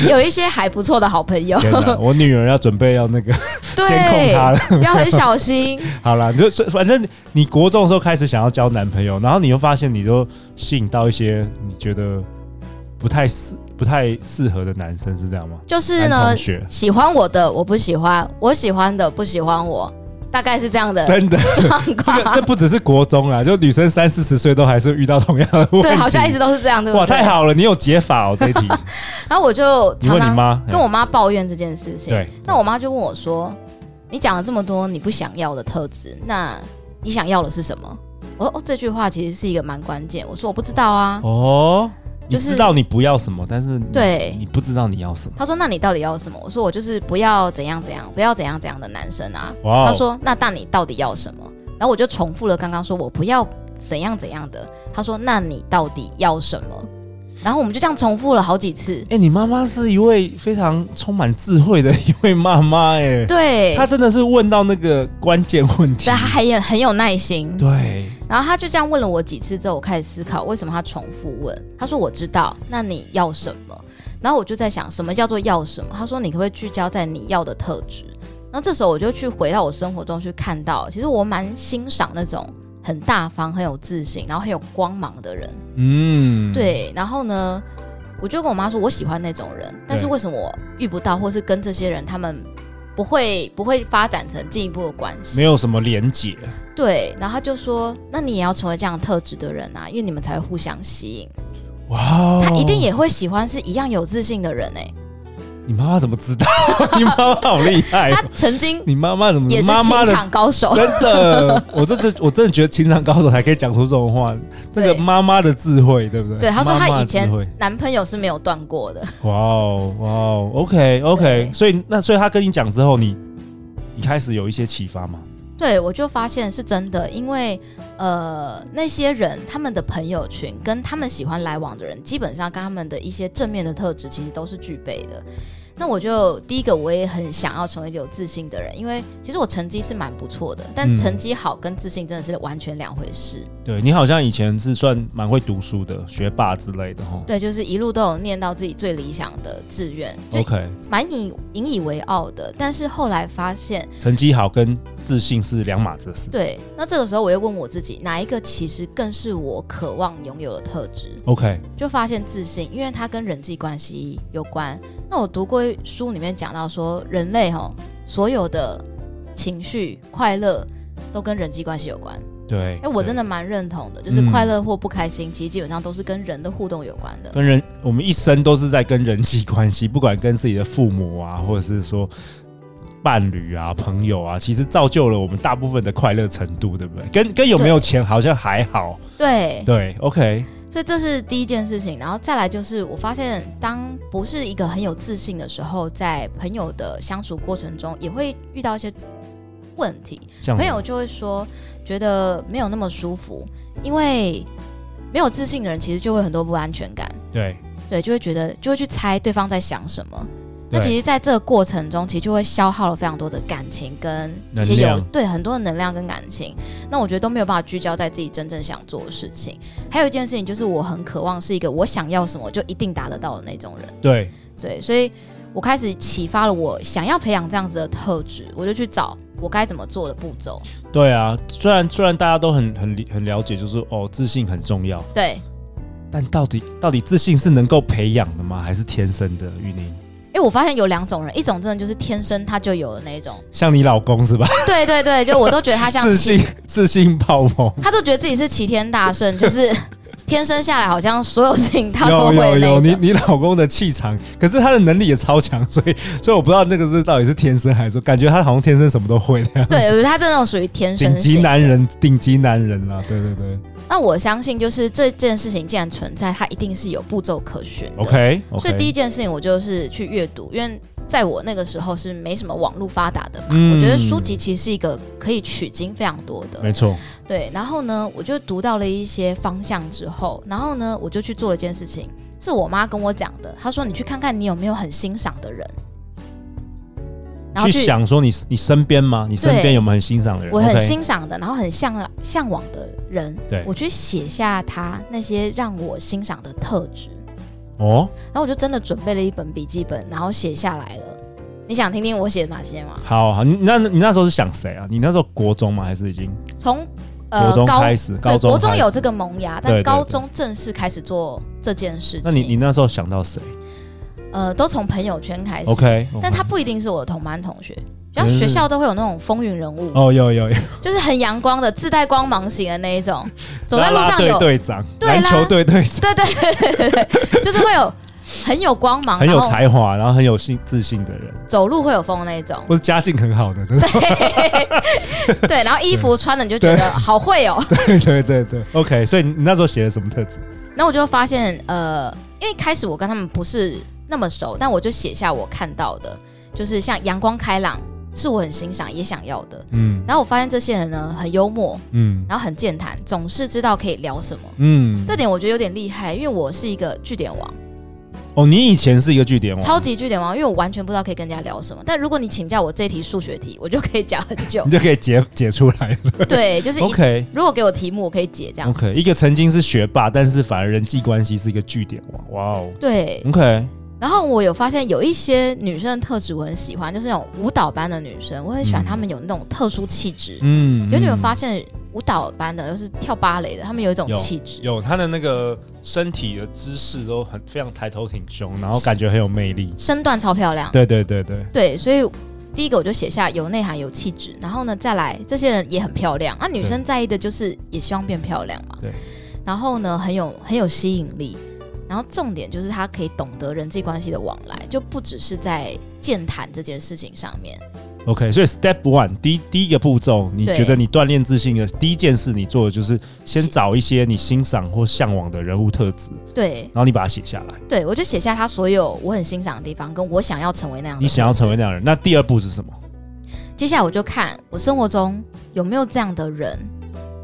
有一些还不错的好朋友，天哪，我女儿要准备要那个监控 对她，了。 要很小心。好啦，你就所以反正你国中的时候开始想要交男朋友，然后你又发现你就吸引到一些你觉得不太适、不太适合的男生，是这样吗？就是男呢同，学，喜欢我的我不喜欢，我喜欢的不喜欢我，大概是这样的真的。状这个况这。不只是国中啦，就女生三四十岁都还是遇到同样的问题。对，好像一直都是这样，对不对？哇，太。好了，你有解法哦这 一题。然后我就你问常你常妈，哎跟我妈抱怨这件事情。对那我妈就问我说：“你讲了这么多你不想要的特质，那你想要的是什么？”我说：“哦，这句话其实是一个蛮关键。”我说：“我不知道啊。哦，你就是知道你不要什么，但是你对你不知道你要什么。她说：“那你到底要什么？”我说：“我就是不要怎样怎样，不要怎样怎样的男生啊。”哇哦她说：“那那你到底要什么？”然后我就重复了刚刚说我不要怎样怎样的。她说：“那你到底要什么？”然后我们就这样重复了好几次。哎、你妈妈是一位非常充满智慧的一位妈妈，哎，对，她真的是问到那个关键问题对，她。还也很有耐心。对，然后他就这样问了我几次之后，我开始思考为什么他重复问。他说：“我知道，那你要什么？”然后我就在想，什么叫做要什么？他说：“你可不可以聚焦在你要的特质？”然后这时候我就去回到我生活中去看到，其实我蛮欣赏那种很大方、很有自信，然后很有光芒的人。嗯，，对，然后呢，我就跟我妈说，我喜欢那种人，但是对为什么我遇不到，或是跟这些人他们不会不会发展成进一步的关系？没有什么连结。对，然后他就说：“那你也要成为这样特质的人啊，因为你们才会互相吸引。哇哦，他一定也会喜欢是一样有自信的人哎、你妈妈怎么知道？ 你妈妈好厉害哦、他曾经你妈妈怎么？也是妈妈情的场高手，真的，我真的我真的觉得情场高手才可以讲出这种话，那个对妈妈的智慧，对不对？对，他说妈妈他的以前智慧男朋友是没有断过的。哇哦哇哦，OK OK，对所以那所以他跟你讲之后，你你开始有一些启发吗？对，我就发现是真的，因为呃，那些人他们的朋友群跟他们喜欢来往的人，基本上跟他们的一些正面的特质其实都是具备的。那我就第一个，我也很想要成为一个有自信的人，因为其实我成绩是蛮不错的，但嗯成绩好跟自信真的是完全两回事。对你好像以前是算蛮会读书的，学霸之类的哈。对，就是一路都有念到自己最理想的志愿，就 OK，蛮引引以为傲的。但是后来发现，成绩好跟自信是两码子事。对，那这个时候我又问我自己，哪一个其实更是我渴望拥有的特质？ OK，就发现自信，因为它跟人际关系有关。那我读过书里面讲到说，人类哦，所有的情绪、快乐都跟人际关系有关。对。哎，我对真的蛮认同的，就是嗯快乐或不开心，其实基本上都是跟人的互动有关的。跟人，我们一生都是在跟人际关系，不管跟自己的父母啊，或者是说伴侣啊、朋友啊，其实造就了我们大部分的快乐程度，对不对？跟跟有没有钱好像还好，对，对，OK，所以这是第一件事情，然后再来就是我发现，当不是一个很有自信的时候，在朋友的相处过程中，也会遇到一些问题。这样朋友就会说，觉得没有那么舒服，因为没有自信的人其实就会很多不安全感，对，对，就会觉得就会去猜对方在想什么。那对其实，在这个过程中，其实就会消耗了非常多的感情跟一些能有量对很多的能量跟感情。那我觉得都没有办法聚焦在自己真正想做的事情。还有一件事情就是，我很渴望是一个我想要什么就一定达得到的那种人。对，对，所以我开始启发了我想要培养这样子的特质，我就去找我该怎么做的步骤。对啊。虽然虽然大家都很很理很了解，就是哦，自信很重要，对，但到底到底自信是能够培养的吗？还是天生的？玉宁，因为我发现有两种人，一种真的就是天生他就有的那一种，像你老公是吧？对对对，就我都觉得他像自齐信，自信爆棚，他都觉得自己是齐天大圣，就是天生下来好像所有事情他都有会有的那有，一你种。你老公的气场，可是他的能力也超强，所以 所以我不知道那个是到底是天生还是说感觉他好像天生什么都会的，对，我觉得他真的属于天顶生级型。男人，顶级男人啦，对对对那我相信，就是这件事情既然存在，它一定是有步骤可循的。 ，OK 所以第一 OK，件事情，我就是去阅读，因为在我那个时候是没什么网络发达的嘛，嗯我觉得书籍其实是一个可以取经非常多的。没错，对，然后呢，我就读到了一些方向之后，然后呢，我就去做了一件事情，是我妈跟我讲的。她说：“你去看看你有没有很欣赏的人。”然后去去想说你你身边吗？你身边有没有很欣赏的人？我很 OK，欣赏的，然后很向向往的人，对我去写下他那些让我欣赏的特质，哦，然后我就真的准备了一本笔记本，然后写下来了。你想听听我写哪些吗？好好，你那你那时候是想谁啊？你那时候国中吗？还是已经从呃国中高开始？对高中国中开始有这，个萌芽，对但对高对中正式开始做这件事情。那你你那时候想到谁呃，都从朋友圈开始。 ？OK，哎但他不一定是我的同班同学，像嗯学校都会有那种风云人物，哦有有有，就是很阳光的、自带光芒型的那一种，走在路啦啦上队有，队长，对啦篮球队队长，对对对对对，就是会有很有光芒，很有然后才华，然后很有信自信的人。，走路会有风的那一种或是家境很好的，对对，然后衣服穿的你就觉得好会哦。对 对对对，OK。所以你那时候写了什么特质？然后我就发现，呃，因为开始我跟他们不是那么熟，但我就写下我看到的，就是像阳光开朗，是我很欣赏也想要的。嗯然后我发现这些人呢，很幽默，嗯然后很健谈，总是知道可以聊什么。嗯。这点我觉得有点厉害，因为我是一个据点王，哦，你以前是一个据点王，超级据点王，因为我完全不知道可以跟人家聊什么。但如果你请教我这题数学题，我就可以讲很久 你。就可以解解出来。对，就是一 OK 哦如果给我题目，我可以解这样。 OK，一个曾经是学霸，但是反而人际关系是一个据点王。哇哦对， ，OK，然后我有发现有一些女生的特质我很喜欢，就是那种舞蹈班的女生，我很喜欢嗯她们有那种特殊气质。嗯，有你们嗯发现舞蹈班的，又是跳芭蕾的，她们有一种有气质。有他的那个身体的姿势都很非常抬头挺胸，然后感觉很有魅力。身段超漂亮，对对对对，对，所以第一个我就写下有内涵、有气质，然后呢，再来这些人也很漂亮。那、女生在意的就是也希望变漂亮嘛。对。然后呢，很有很有吸引力，然后重点就是她可以懂得人际关系的往来，就不只是在健谈这件事情上面。 OK，所以 Step One 第一第一个步骤，你对觉得你锻炼自信的第一件事，你做的就是先是找一些你欣赏或向往的人物特质，对然后你把它写下来。对，我就写下她所有我很欣赏的地方，跟我想要成为那样的。你想要成为那样的人，那第二步是什么？接下来我就看我生活中有没有这样的人，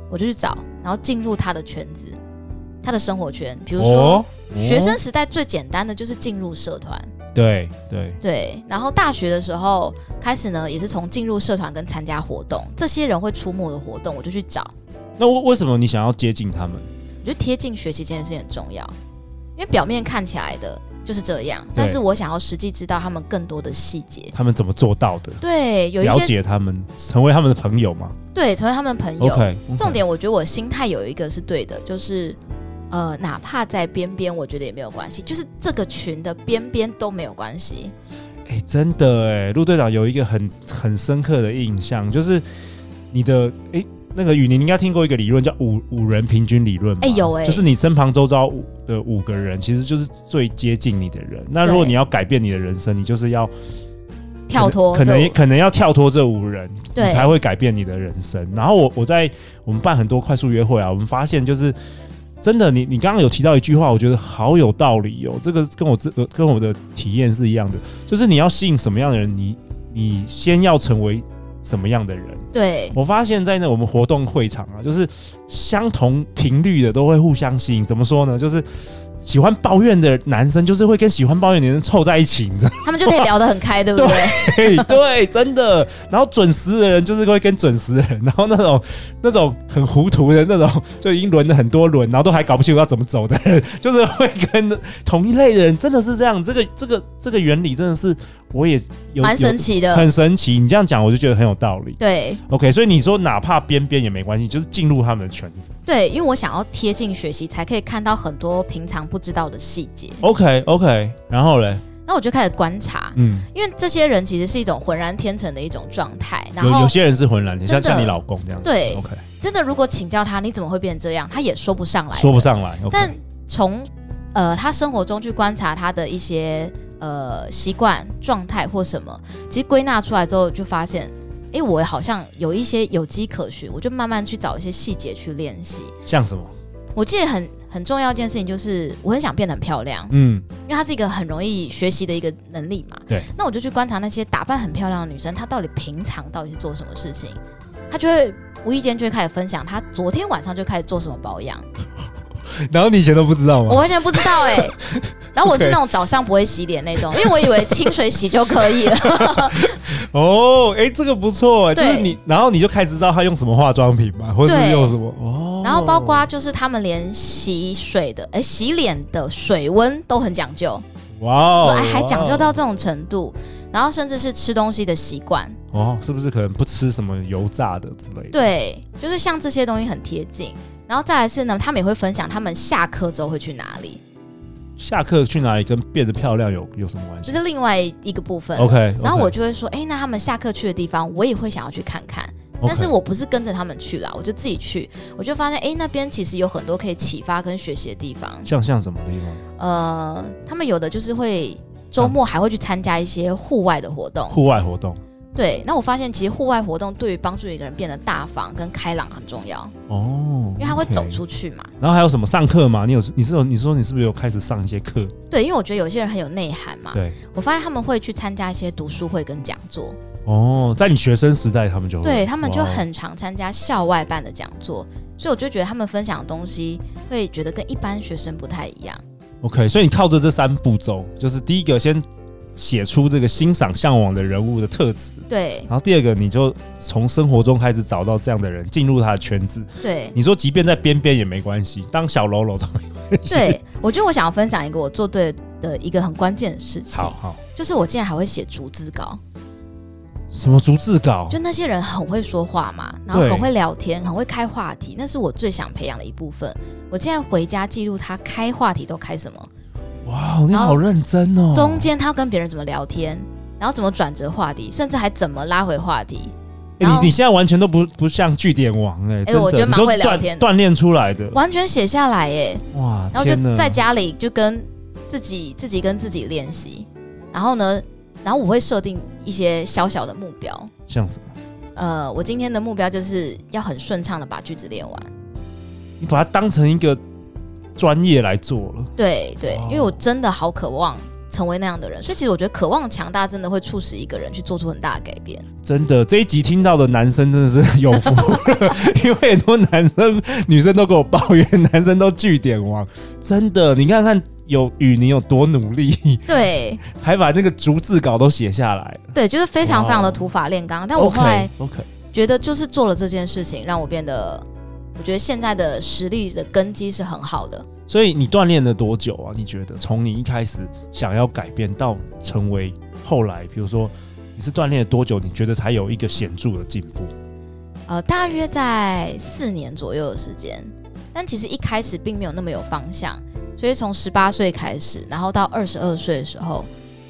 我就去找，然后进入他的圈子，他的生活圈。比如说，哦，学生时代最简单的就是进入社团，对对，对。然后大学的时候开始呢，也是从进入社团跟参加活动，这些人会出没的活动，我就去找。那为为什么你想要接近他们？我觉得贴近学习这件事情很重要，因为表面看起来的就是这样，对但是我想要实际知道他们更多的细节。他们怎么做到的？对，有嗯一了些解他们，成为他们的朋友嘛对成为他们朋友。 ？OK，重点，我觉得我心态有一个是对的，就是呃，哪怕在边边，我觉得也没有关系，就是这个群的边边都没有关系。哎、真的哎，陆队长有一个很很深刻的印象，就是你的哎、那个雨宁你应该听过一个理论叫五五人平均理论吧，哎有哎就是你身旁周遭五的五个人，其实就是最接近你的人。那如果对你要改变你的人生，你就是要跳脱可能可这能五可能要跳脱这五人，对你才会改变你的人生。然后我我在我们办很多快速约会啊，我们发现就是真的，你你刚刚有提到一句话，我觉得好有道理哦。这个跟我自呃跟我的体验是一样的，就是你要吸引什么样的人，你你先要成为什么样的人。对我发现在那我们活动会场啊，就是相同频率的都会互相吸引。怎么说呢？就是喜欢抱怨的男生，就是会跟喜欢抱怨的人凑在一起，你知道吗。他们就可以聊得很开，对不对？嘿 对，真的。然后准时的人就是会跟准时的人，然后那种 那种很糊涂的那种，就已经轮了很多轮，然后都还搞不清楚要怎么走的人， 就是会跟同一类的人，真的是这样。这个这个这个原理真的是我也有蛮神奇有的。很神奇。你这样讲，我就觉得很有道理。对 OK，所以你说哪怕边边也没关系，就是进入他们的圈子。对，因为我想要贴近学习，才可以看到很多平常不知道的细节。 OK OK，然后嘞，那我就开始观察，嗯，因为这些人其实是一种浑然天成的一种状态。然有后有些人是浑然天，像真的像你老公这样子。对，OK，真的，如果请教他你怎么会变成这样，他也说不上来，说不。上来。OK 但从呃他生活中去观察他的一些呃习惯、状态或什么，其实归纳出来之后，就发现，诶，我好像有一些有迹可循，我就慢慢去找一些细节去练习。像什么？我记得很很重要一件事情就是，我很想变得很漂亮，嗯，因为它是一个很容易学习的一个能力嘛。对。那我就去观察那些打扮很漂亮的女生，她到底平常到底是做什么事情，她就会无意间就会开始分享，她昨天晚上就开始做什么保养，嗯然后你以前都不知道吗我？完全不知道哎、 然后我是那种早上不会洗脸那种，因为我以为清水洗就 可以了。哦，哎、这个不错哎、就对是你，然后你就开始知道他用什么化妆品嘛，或者是对用什么哦。然后包括就是他们连洗水的，哎、洗脸的水温都很讲究，哇哦，哎，还讲究哇到这种程度。然后甚至是吃东西的习惯，哦，是不是可能不吃什么油炸的之类的？，对，就是像这些东西很贴近。然后再来是呢，他们也会分享他们下课之后会去哪里，下课去哪里跟变得漂亮有有什么关这系是另外一个部分。 ？OK，然后我就会说，哎、那他们下课去的地方，我也会想要去看看。但是我不是跟着他们去啦，我就自己去，我就发现，诶，那边其实有很多可以启发跟学习的地方。像像什么地方？呃，他们有的就是会周末还会去参加一些户外的活动。户外活动对，那我发现其实户外活动对于帮助一个人变得大方跟开朗很重要，哦，因为他会 OK 走。出去嘛。然后还有什么上课吗？你有你是有你说你是不是有开始上一些课？对，因为我觉得有些人很有内涵嘛。对，我发现他们会去参加一些读书会跟讲座，哦，在你学生时代他们就会对他们就哇哦很常参加校外办的讲座，所以我就觉得他们分享的东西会觉得跟一般学生不太一样。 OK，所以你靠着这三步骤，就是第一个先写出这个欣赏向往的人物的特质，对然后第二个你就从生活中开始找到这样的人，进入他的圈子。 对，你说即便在边边也没关系，当小喽啰都没有。对，我觉得我想要分享一个我做对的一个很关键的事情，好好，就是我竟然还会写逐字稿。什么逐字稿？就那些人很会说话嘛，然后哦对很会聊天，很会开话题，那是我最想培养的一部分。我竟然回家记录他开话题都开什么，哇，你然好后认真哦。中间他跟别人怎么聊天，然后怎么转折话题，甚至还怎么拉回话题。诶然后哎你你现在完全都不不像据点王哎、真的，我觉得你蛮都会是聊锻天的锻炼出来的。完全写下来耶，哇，然后呃天哪就在家里就跟自己自己跟自己练习，然后呢，然后我会设定一些小小的目标，像什么？呃，我今天的目标就是要很顺畅的把句子练完。你把它当成一个专业来做了。对对哦，因为我真的好渴望成为那样的人。所以其实我觉得渴望强大真的会促使一个人去做出很大的改变。真的，这一集听到的男生真的是有 福了，因为很多男生、女生都给我抱怨，男生都据点王。真的，你看看有雨宁有多努力，对还把那个逐字稿都写下来。对，就是非常非常的土法炼钢。但我后来哦 OK OK，觉得就是做了这件事情，让我变得，我觉得现在的实力的根基是很好的。所以你锻炼了多久啊？你觉得从你一开始想要改变到成为后来，比如说你是锻炼了多久？你觉得才有一个显著的进步？呃，大约在四年左右的时间，但其实一开始并没有那么有方向，所以从十八岁开始，然后到二十二岁的时候，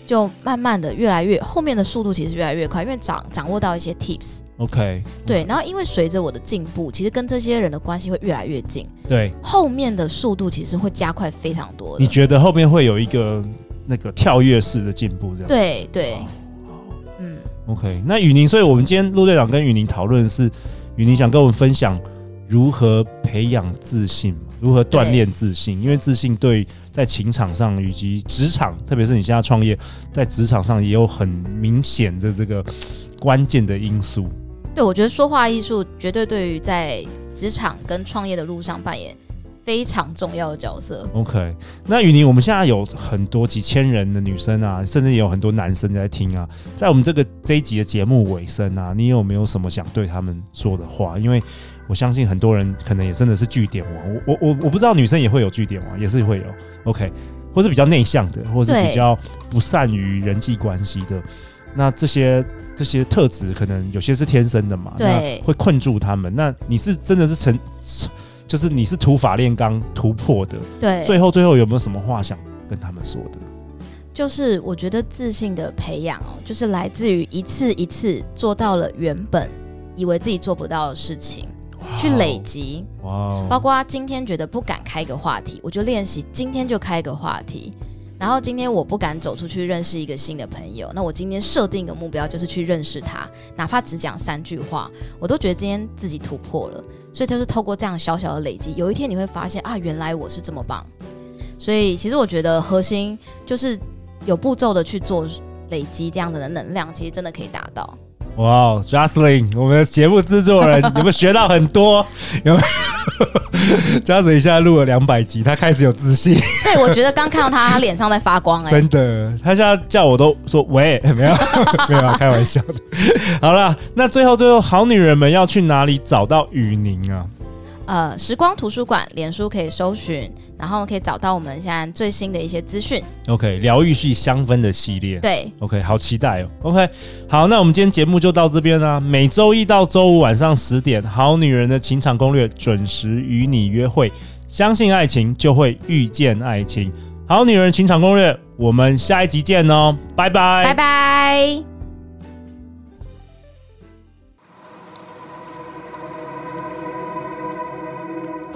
就慢慢的越来越后面的速度其实越来越快，因为掌掌握到一些 tips， OK，对，然后因为随着我的进步，其实跟这些人的关系会越来越近，对，后面的速度其实会加快非常多你的，觉得后面会有一个那个跳跃式的进步，这样？对哦对，嗯。 OK，那雨宁，所以我们今天陆队长跟雨宁讨论的是，雨宁想跟我们分享如何培养自信嘛，如何锻炼自信，因为自信对在情场上以及职场，特别是你现在创业，在职场上也有很明显的这个关键的因素。对，我觉得说话艺术绝对对于在职场跟创业的路上扮演非常重要的角色。 OK，那雨宁，我们现在有很多几千人的女生啊，甚至也有很多男生在听啊。在我们这个这一集的节目尾声啊，你有没有什么想对他们说的话？因为我相信很多人可能也真的是据点王，我我我我不知道女生也会有据点王，也是会有 OK，或是比较内向的，或是对比较不善于人际关系的。那这些这些特质，可能有些是天生的嘛，对那会困住他们。那你是真的是成，就是你是土法炼钢突破的，对，最后最后有没有什么话想跟他们说的？就是我觉得自信的培养哦，就是来自于一次一次做到了原本以为自己做不到的事情，去累积。哇哦，包括今天觉得不敢开个话题，我就练习今天就开个话题。然后今天我不敢走出去认识一个新的朋友，那我今天设定一个目标就是去认识他，哪怕只讲三句话，我都觉得今天自己突破了。所以就是透过这样小小的累积，有一天你会发现啊，原来我是这么棒。所以其实我觉得核心就是有步骤的去做累积这样的能量，其实真的可以达到。哇哦，Jocelyn，我们的节目制作人有没有学到很 多？有没有？Jocelyn 现在录了两百集，他开始有自信， 对，我觉得刚看到他，他脸上在发光哎、真的。他现在叫我都说喂， 没有没有啊，开玩笑的。 好了，那最后最后，好女人们要去哪里找到雨宁啊？呃，时光图书馆脸书可以搜寻，然后可以找到我们现在最新的一些资讯。 OK，疗愈系香氛的系列。对， OK，好期待哦。OK，好，那我们今天节目就到这边啦、每周一到周五晚上十点，《好女人的情场攻略》准时与你约会。相信爱情，就会遇见爱情。《好女人情场攻略》，我们下一集见哦，拜拜。拜拜。